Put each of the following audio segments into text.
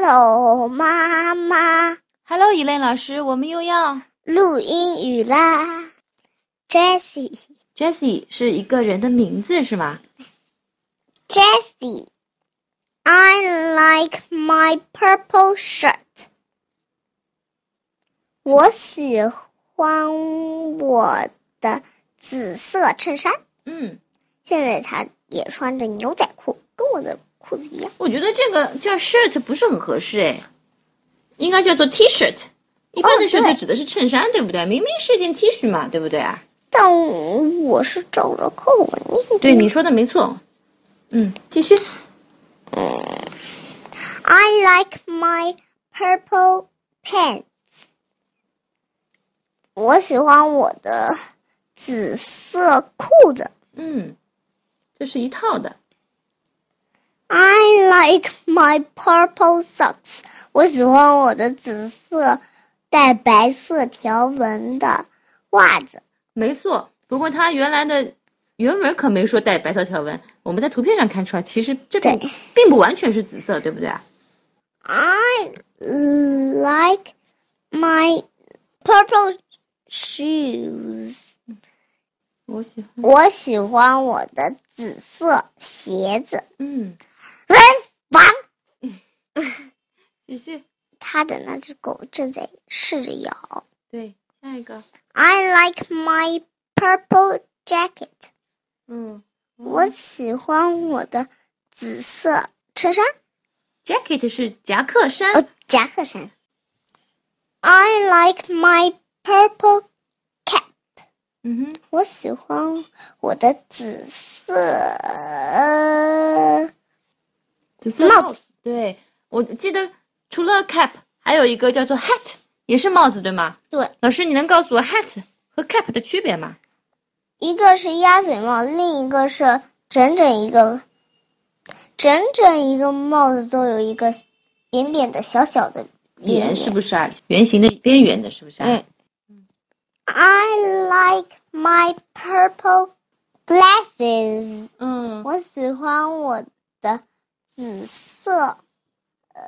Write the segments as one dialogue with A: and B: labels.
A: 狗妈妈
B: Hello，伊 n 老师，我们又要
A: 录英语啦，Jessie
B: Jessie 是一个人的名字是吗
A: Jessie。I like my purple shirt。我喜欢我的紫色衬衫，
B: 嗯，
A: 现在他也穿着牛仔裤，跟我的裤子一样。
B: 我觉得这个叫 shirt 不是很合适哎，应该叫做 T shirt。一般的
A: 哦
B: shirt
A: 对
B: 指的是衬衫，对不对？明明是件 T 恤嘛，对不对啊？
A: 但我是照着课文念。
B: 对，你说的没错。嗯，继续。
A: I like my purple pants。我喜欢我的紫色裤子。
B: 嗯，这是一套的。
A: I like my purple socks。我喜欢我的紫色带白色条纹的袜子。
B: 没错，不过它原来的原文可没说带白色条纹，我们在图片上看出来，其实这并
A: 对
B: 并不完全是紫色，对不对啊？
A: I like my purple shoes。
B: 我喜欢，
A: 我喜欢我的紫色鞋子。
B: 嗯，
A: 很烦。
B: 继续，
A: 他的那只狗正在试着咬。
B: 对，下一个，
A: I like my purple jacket。
B: 嗯，
A: 我喜欢我的紫色衬衫，
B: jacket 是夹克衫，
A: 哦，夹克衫。I like my purple cap。
B: 嗯哼，
A: 我喜欢我的紫色呃
B: 紫色
A: 帽
B: 子，对，我记得除了 cap，还有一个叫做 hat，也是帽子，对吗？
A: 对，
B: 老师，你能告诉我 hat 和 cap 的区别吗？
A: 一个是鸭嘴帽，另一个是整整一个，整整一个帽子都有一个扁扁的小小的边缘
B: 圆是不是啊？圆形的边缘的，是不是啊？
A: 嗯 I like my purple glasses。
B: 嗯
A: 我喜欢我的紫色，呃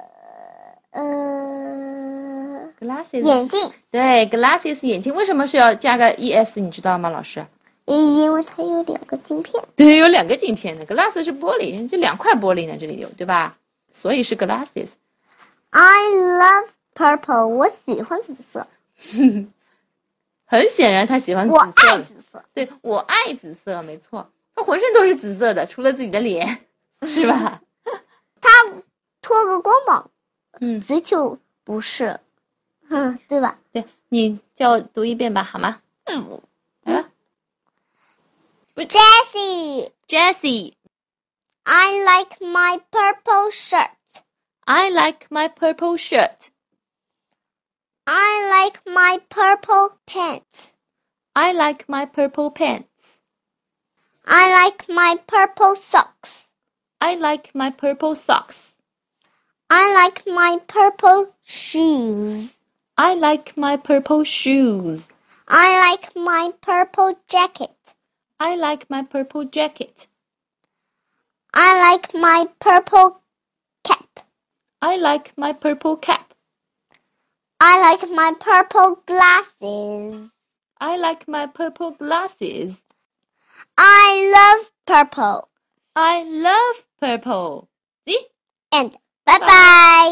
A: 呃，
B: ，glasses
A: 眼镜，
B: 对，glasses 眼镜为什么是要加个 es？你知道吗，老师？
A: 因因为它有两个镜片。
B: 对，有两个镜片的，glass 是玻璃，就两块玻璃呢，这里有，对吧？所以是 glasses。
A: I love purple，我喜欢紫色，
B: 很显然，他喜欢紫
A: 我爱
B: 色。
A: 紫色。
B: 对，我爱紫色，没错。他浑身都是紫色的，除了自己的脸， 是吧？
A: 它脱个光膀
B: 嗯，
A: 子就不是，嗯，对吧？
B: 对，你叫我读一遍吧，好吗？
A: 嗯
B: 来吧
A: Jessie，I
B: ，Jessie。
A: like my purple shirt。
B: I like my purple shirt.
A: I like my purple pants.
B: I like my purple pants.
A: I like my purple socks.
B: I like my purple socks.
A: I like my purple shoes.
B: I like my purple shoes.
A: I like my purple jacket.
B: I like my purple jacket.
A: I like my purple cap.
B: I like my purple cap.
A: I like my purple glasses.
B: I like my purple glasses.
A: I love purple.
B: I love purple. See?
A: And bye
B: Bye.
A: bye.